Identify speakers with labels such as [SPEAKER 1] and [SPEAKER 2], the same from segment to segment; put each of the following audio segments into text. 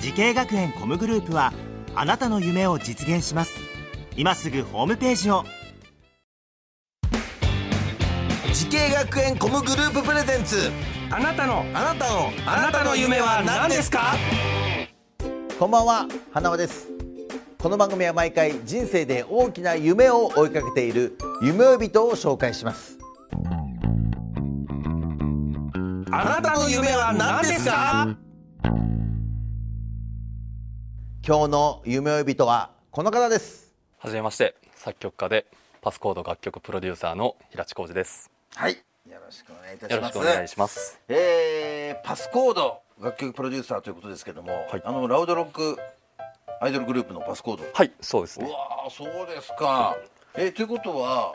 [SPEAKER 1] 時系学園コムグループはあなたの夢を実現します今すぐホームページを
[SPEAKER 2] 時系学園コムグループプレゼンツ
[SPEAKER 3] あなたの
[SPEAKER 2] あなたの
[SPEAKER 3] あなたの夢は何ですか
[SPEAKER 4] こんばんは花輪ですこの番組は毎回人生で大きな夢を追いかけている夢追い人を紹介します
[SPEAKER 2] あなたの夢は何ですか
[SPEAKER 4] 今日の夢追い人はこの方です
[SPEAKER 5] はじめまして作曲家でパスコード楽曲プロデューサーの平地浩二です
[SPEAKER 2] はいよろしくお願いいたします
[SPEAKER 5] よろしくお願いします
[SPEAKER 2] えーパスコード楽曲プロデューサーということですけども、
[SPEAKER 5] はい
[SPEAKER 2] あのラウドロックアイドルグループのパスコード
[SPEAKER 5] はいそうです
[SPEAKER 2] う
[SPEAKER 5] ね
[SPEAKER 2] わーそうですかえーということは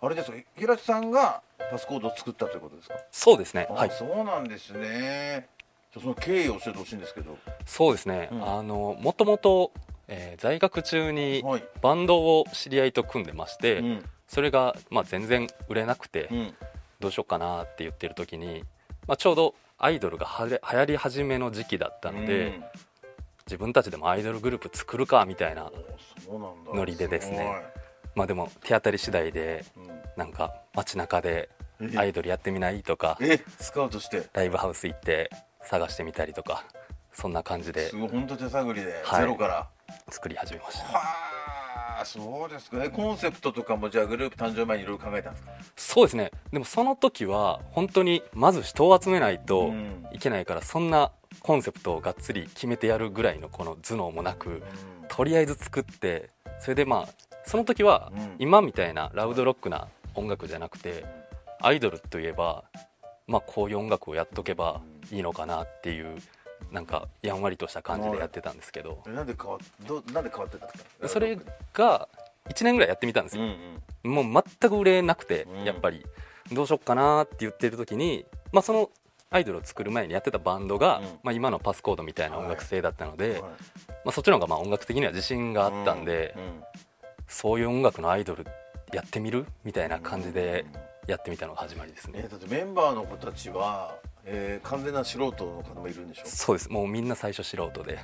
[SPEAKER 2] あれですか平地さんがパスコードを作ったということですか
[SPEAKER 5] そうですね
[SPEAKER 2] あ、
[SPEAKER 5] はい
[SPEAKER 2] そうなんですねじゃあその経緯を教えてほしいんですけど
[SPEAKER 5] そうですね、
[SPEAKER 2] うん
[SPEAKER 5] あのもともと、えー在学中に
[SPEAKER 2] はい
[SPEAKER 5] バンドを知り合いと組んでまして、
[SPEAKER 2] うん
[SPEAKER 5] それが、まあ、全然売れなくて、
[SPEAKER 2] うん
[SPEAKER 5] どうしようかなって言ってる時に、まあ、ちょうどアイドルがはれ流行り始めの時期だったので、
[SPEAKER 2] うん
[SPEAKER 5] 自分たちでもアイドルグループ作るかみたいな
[SPEAKER 2] そうなんだ
[SPEAKER 5] ノリでですねまあでも手当たり次第で
[SPEAKER 2] ごい
[SPEAKER 5] なんか街中で
[SPEAKER 2] うん
[SPEAKER 5] アイドルやってみないとか
[SPEAKER 2] えスカウトして
[SPEAKER 5] ライブハウス行って探してみたりとかそんな感じです
[SPEAKER 2] ごい本当手探りで、
[SPEAKER 5] はい
[SPEAKER 2] ゼロから
[SPEAKER 5] 作り始めました
[SPEAKER 2] はあそうですかねコンセプトとかもじゃあグループ誕生前にいろいろ考えたんですか
[SPEAKER 5] そうですねでもその時は本当にまず人を集めないうと
[SPEAKER 2] ん
[SPEAKER 5] いけないからそんなコンセプトをがっつり決めてやるぐらいのこの頭脳もなくとりあえず作ってそれでまあその時は
[SPEAKER 2] うん
[SPEAKER 5] 今みたいなラウドロックな音楽じゃなくてアイドルといえばまあこういう音楽をやっとけばいいのかなっていうなんかやんわりとした感じでやってたんですけど
[SPEAKER 2] えなんで変わっどなんで変わってたんですか
[SPEAKER 5] それが1年ぐらいやってみたんです
[SPEAKER 2] うん
[SPEAKER 5] よ
[SPEAKER 2] うん
[SPEAKER 5] もう全く売れなくて、
[SPEAKER 2] うん
[SPEAKER 5] やっぱりどうしよっかなって言ってる時に、まあ、そのアイドルを作る前にやってたバンドが、
[SPEAKER 2] うん
[SPEAKER 5] まあ、今のパスコードみたいな音楽性だったので、
[SPEAKER 2] はい
[SPEAKER 5] まあ、そっちの方がまあ音楽的には自信があったんで、
[SPEAKER 2] う
[SPEAKER 5] そういう音楽のアイドルやってみるみたいな感じでやってみたのが始まりです
[SPEAKER 2] え
[SPEAKER 5] ね、
[SPEAKER 2] だってメンバーの子たちは、えー完全な素人の方もいるんでしょ
[SPEAKER 5] そうですもうみんな最初素人で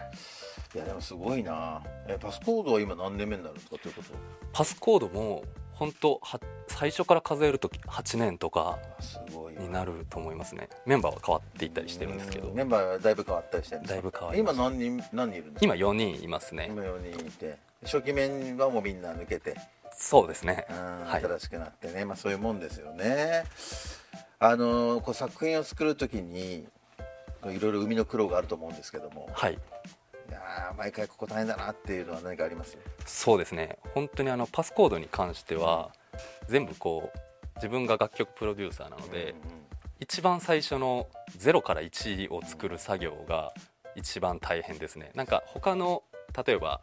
[SPEAKER 2] いやでもすごいな、えーパスコードは今何年目になるんですかということ
[SPEAKER 5] パスコードも本当は最初から数えると8年とか
[SPEAKER 2] あすごいわ
[SPEAKER 5] になると思いますねメンバーは変わっていったりしてるんですけど、
[SPEAKER 2] うメンバーはだいぶ変わったりしてるんです
[SPEAKER 5] だいぶ変わりま
[SPEAKER 2] 今
[SPEAKER 5] した
[SPEAKER 2] 何人何人いるんです
[SPEAKER 5] 今
[SPEAKER 2] か
[SPEAKER 5] 4人いますね、
[SPEAKER 2] 今4人いて初期面はもうみんな抜けて、
[SPEAKER 5] そうですね、
[SPEAKER 2] うん
[SPEAKER 5] はい、
[SPEAKER 2] 新しくなってね、まあ、そういうもんですよねあのこう作品を作る時にこういろいろ生みの苦労があると思うんですけども
[SPEAKER 5] はい、
[SPEAKER 2] いやー毎回ここ大変だなっていうのは何かあります
[SPEAKER 5] そうですね本当にあのパスコードに関しては全部こう自分が楽曲プロデューサーなので、一番最初の0から1を作る作業が一番大変ですねなんか他の例えば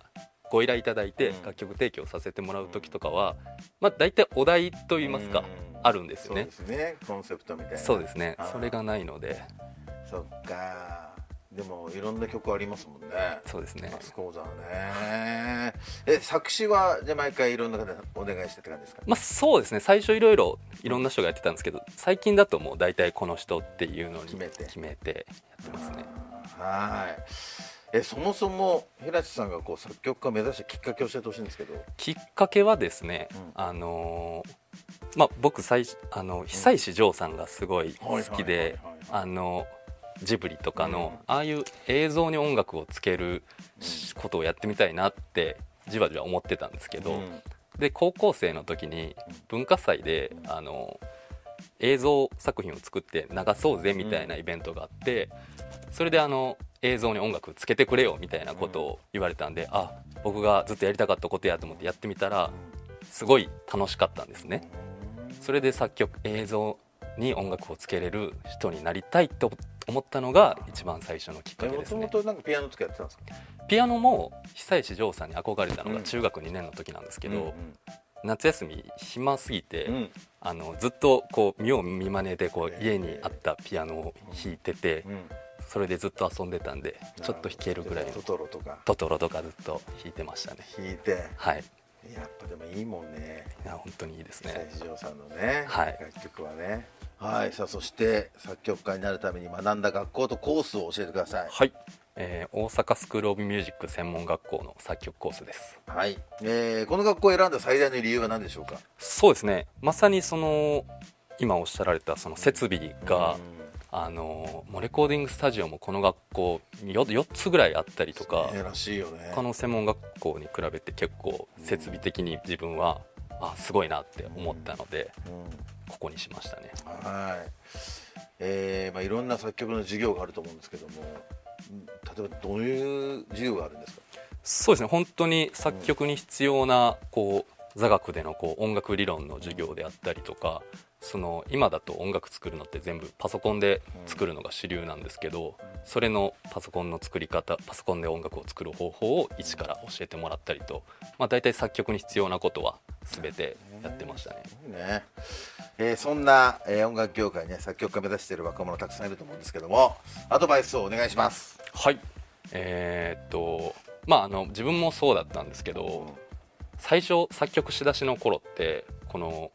[SPEAKER 5] ご依頼いただいて
[SPEAKER 2] うん
[SPEAKER 5] 楽曲提供させてもらう時とかは、まあ、大体お題といいますか、あるんですよね
[SPEAKER 2] そうですねコンセプトみたいな
[SPEAKER 5] そうですね
[SPEAKER 2] あー
[SPEAKER 5] それがないので
[SPEAKER 2] そっかでもいろんな曲ありますもんね
[SPEAKER 5] そうですね
[SPEAKER 2] マスコーダーねえ作詞はじゃあ毎回いろんな方にお願いしてって感じですか
[SPEAKER 5] まあそうですね最初いろいろいろんな人がやってたんですけど最近だともう大体この人っていうのに
[SPEAKER 2] 決めて
[SPEAKER 5] 決めてやってますね
[SPEAKER 2] はいえそもそも平地さんがこう作曲家を目指したきっかけを教えてほしいんですけど
[SPEAKER 5] きっかけはですね、
[SPEAKER 2] うん
[SPEAKER 5] あのーまあ僕最あの久石譲さんがすごい好きで
[SPEAKER 2] はいはいはいはい
[SPEAKER 5] あのジブリとかの、
[SPEAKER 2] うん
[SPEAKER 5] ああいう映像に音楽をつけるしことをやってみたいなってじわじわ思ってたんですけど、
[SPEAKER 2] うん
[SPEAKER 5] で高校生の時に文化祭であの映像作品を作って流そうぜみたいなイベントがあってそれであの映像に音楽つけてくれよみたいなことを言われたんであ僕がずっとやりたかったことやと思ってやってみたらすごい楽しかったんですねそれで作曲映像に音楽をつけれる人になりたいと思ったのが一番最初のきっかけ
[SPEAKER 2] も
[SPEAKER 5] です
[SPEAKER 2] と
[SPEAKER 5] ね
[SPEAKER 2] もとなんかピアノとかやってたんですか
[SPEAKER 5] ピアノも久石譲さんに憧れたの
[SPEAKER 2] う
[SPEAKER 5] が
[SPEAKER 2] ん
[SPEAKER 5] 中学2年の時なんですけど、
[SPEAKER 2] うん
[SPEAKER 5] 夏休み暇すぎて、
[SPEAKER 2] うん
[SPEAKER 5] あのずっとこう見よう見まねでこ
[SPEAKER 2] え
[SPEAKER 5] う
[SPEAKER 2] ー
[SPEAKER 5] 家にあったピアノを弾いてて
[SPEAKER 2] うん
[SPEAKER 5] それでずっと遊んでたんでちょっと弾けるぐらいの
[SPEAKER 2] トトロとか
[SPEAKER 5] トトロとかずっと弾いてましたね
[SPEAKER 2] 弾いて
[SPEAKER 5] はい
[SPEAKER 2] やっぱでもいいもんね
[SPEAKER 5] いや本当にいいです
[SPEAKER 2] 久
[SPEAKER 5] ね
[SPEAKER 2] 石譲さんのね、
[SPEAKER 5] はい
[SPEAKER 2] 楽曲はねはいさあそして作曲家になるために学んだ学校とコースを教えてください
[SPEAKER 5] はい、えー大阪スクール・オブ・ミュージック専門学校の作曲コースです
[SPEAKER 2] はい、えーこの学校を選んだ最大の理由は何でしょうか
[SPEAKER 5] そうですねまさにその今おっしゃられたその設備が、あのもうレコーディングスタジオもこの学校 4, つぐらいあったりとか、
[SPEAKER 2] えらしいよね
[SPEAKER 5] 他の専門学校に比べて結構設備的に自分は、あすごいなって思ったので、
[SPEAKER 2] うん
[SPEAKER 5] ここにしましたね
[SPEAKER 2] はいえーまあ、いろんな作曲の授業があると思うんですけどもうん例えばどういう授業があるんですか
[SPEAKER 5] そうですね本当に作曲に必要なこう座学でのこう音楽理論の授業であったりとかその今だと音楽作るのって全部パソコンで作るのが主流なんですけどそれのパソコンの作り方パソコンで音楽を作る方法を一から教えてもらったりと、まあ、大体作曲に必要なことは全てやってましたね。
[SPEAKER 2] ねえーそんな、えー音楽業界にね作曲家目指している若者たくさんいると思うんですけどもアドバイスをお願いします
[SPEAKER 5] はいえーっとまああの自分もそうだったんですけど最初作曲しだしの頃ってこの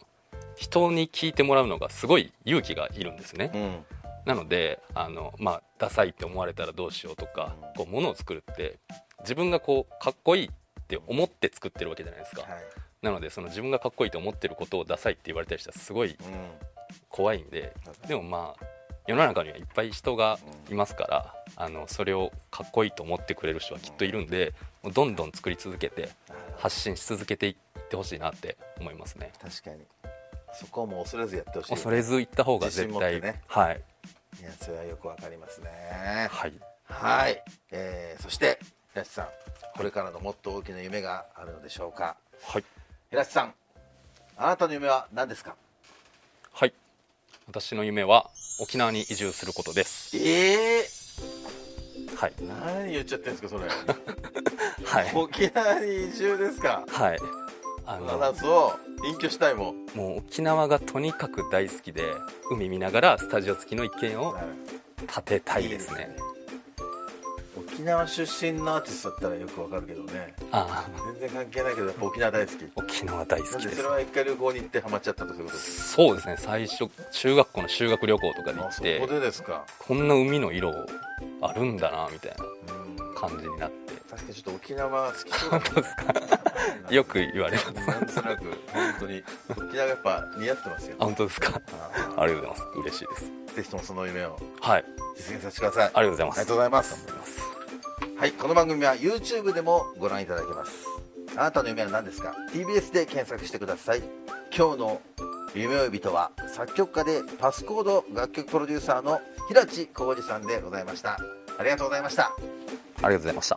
[SPEAKER 5] 人に聞いてもらうのがすごい勇気がいるんですね、
[SPEAKER 2] うん
[SPEAKER 5] なのであの、まあ、ダサいって思われたらどうしようとか
[SPEAKER 2] うん
[SPEAKER 5] こう物を作るって自分がこうかっこいいって思って作ってるわけじゃないですか、
[SPEAKER 2] はい
[SPEAKER 5] なのでその自分がかっこいいと思ってることをダサいって言われたりしたらすごい
[SPEAKER 2] うん
[SPEAKER 5] 怖いんででもまあ世の中にはいっぱい人がいますから、あのそれをかっこいいと思ってくれる人はきっといるんで、もうどんどん作り続けて発信し続けていってほしいなって思いますね
[SPEAKER 2] 確かにそこはもう恐れずやってほしい
[SPEAKER 5] 恐れず行った方が絶対、
[SPEAKER 2] 自信持ってね
[SPEAKER 5] はい、
[SPEAKER 2] いやそれはよくわかりますね
[SPEAKER 5] はい、
[SPEAKER 2] はい、えーそして平地さんこれからのもっと大きな夢があるのでしょうか
[SPEAKER 5] はい
[SPEAKER 2] 平地さんあなたの夢は何ですか
[SPEAKER 5] はい私の夢は沖縄に移住することです
[SPEAKER 2] ええ
[SPEAKER 5] はい
[SPEAKER 2] 何言っちゃってんです かそれ
[SPEAKER 5] はい
[SPEAKER 2] 沖縄に移住ですか
[SPEAKER 5] はいあ
[SPEAKER 2] あら
[SPEAKER 5] の
[SPEAKER 2] そう隠居したい もん
[SPEAKER 5] もう沖縄がとにかく大好きで海見ながらスタジオ付きの一軒を建てたいですね
[SPEAKER 2] 沖縄出身のアーティストだったらよくわかるけどね
[SPEAKER 5] あ
[SPEAKER 2] 全然関係ないけどやっぱ沖縄大好き
[SPEAKER 5] あ沖縄大好
[SPEAKER 2] なん
[SPEAKER 5] き
[SPEAKER 2] で
[SPEAKER 5] で
[SPEAKER 2] そ
[SPEAKER 5] す
[SPEAKER 2] れは一回旅行に行ってハマっちゃったとそういうことです
[SPEAKER 5] そうですね最初中学校の修学旅行とかで行
[SPEAKER 2] あ
[SPEAKER 5] っ
[SPEAKER 2] そ
[SPEAKER 5] て
[SPEAKER 2] こでですか
[SPEAKER 5] こんな海の色あるんだなみたいな
[SPEAKER 2] うん
[SPEAKER 5] 感じになって
[SPEAKER 2] 確かにちょっと沖縄好きそうだ
[SPEAKER 5] 本当です
[SPEAKER 2] か
[SPEAKER 5] よく言われます
[SPEAKER 2] なんとなく本当に沖縄がやっぱ似合ってますよ
[SPEAKER 5] あ本当ですかありがとうございます嬉しいです
[SPEAKER 2] ぜひともその夢を
[SPEAKER 5] はい
[SPEAKER 2] 実現させてくだ
[SPEAKER 5] あ
[SPEAKER 2] さい
[SPEAKER 5] りがとうござい
[SPEAKER 2] あ
[SPEAKER 5] ま
[SPEAKER 2] り
[SPEAKER 5] す
[SPEAKER 2] がとうございます
[SPEAKER 5] ありがとうございます
[SPEAKER 2] はいこの番組は YouTube でもご覧いただけますあなたの夢は何ですか TBS で検索してください今日の夢追い人は作曲家でパスコード楽曲プロデューサーの平地浩二さんでございましたありがとうございました
[SPEAKER 5] ありがとうございました